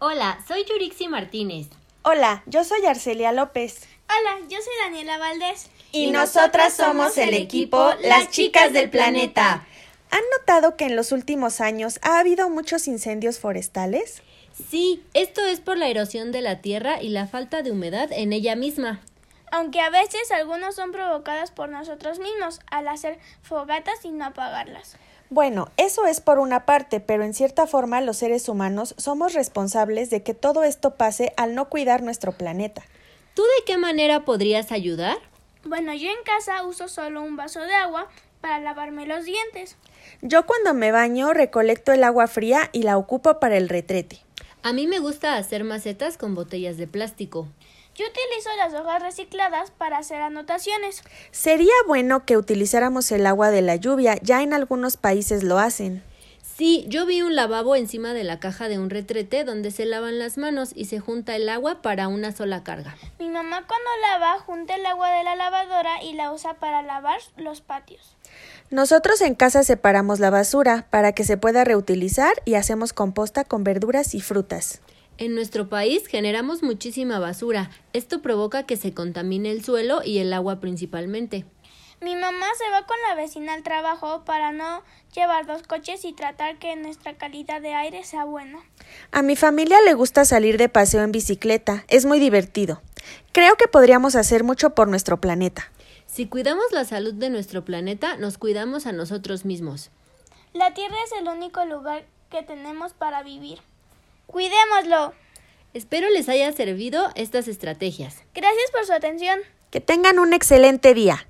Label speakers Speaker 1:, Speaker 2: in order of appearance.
Speaker 1: Hola, soy Yurixi Martínez.
Speaker 2: Hola, yo soy Arcelia López.
Speaker 3: Hola, yo soy Daniela Valdés.
Speaker 4: Y nosotras somos el equipo Las Chicas del Planeta.
Speaker 2: ¿Han notado que en los últimos años ha habido muchos incendios forestales?
Speaker 1: Sí, esto es por la erosión de la tierra y la falta de humedad en ella misma.
Speaker 3: Aunque a veces algunos son provocados por nosotros mismos al hacer fogatas y no apagarlas.
Speaker 2: Bueno, eso es por una parte, pero en cierta forma los seres humanos somos responsables de que todo esto pase al no cuidar nuestro planeta.
Speaker 1: ¿Tú de qué manera podrías ayudar?
Speaker 3: Bueno, yo en casa uso solo un vaso de agua para lavarme los dientes.
Speaker 2: Yo cuando me baño recolecto el agua fría y la ocupo para el retrete.
Speaker 1: A mí me gusta hacer macetas con botellas de plástico.
Speaker 3: Yo utilizo las hojas recicladas para hacer anotaciones.
Speaker 2: Sería bueno que utilizáramos el agua de la lluvia, ya en algunos países lo hacen.
Speaker 1: Sí, yo vi un lavabo encima de la caja de un retrete donde se lavan las manos y se junta el agua para una sola carga.
Speaker 3: Mi mamá cuando lava junta el agua de la lavadora y la usa para lavar los patios.
Speaker 2: Nosotros en casa separamos la basura para que se pueda reutilizar y hacemos composta con verduras y frutas.
Speaker 1: En nuestro país generamos muchísima basura. Esto provoca que se contamine el suelo y el agua principalmente.
Speaker 3: Mi mamá se va con la vecina al trabajo para no llevar dos coches y tratar que nuestra calidad de aire sea buena.
Speaker 2: A mi familia le gusta salir de paseo en bicicleta. Es muy divertido. Creo que podríamos hacer mucho por nuestro planeta.
Speaker 1: Si cuidamos la salud de nuestro planeta, nos cuidamos a nosotros mismos.
Speaker 3: La Tierra es el único lugar que tenemos para vivir. Cuidémoslo.
Speaker 1: Espero les haya servido estas estrategias.
Speaker 3: Gracias por su atención.
Speaker 2: Que tengan un excelente día.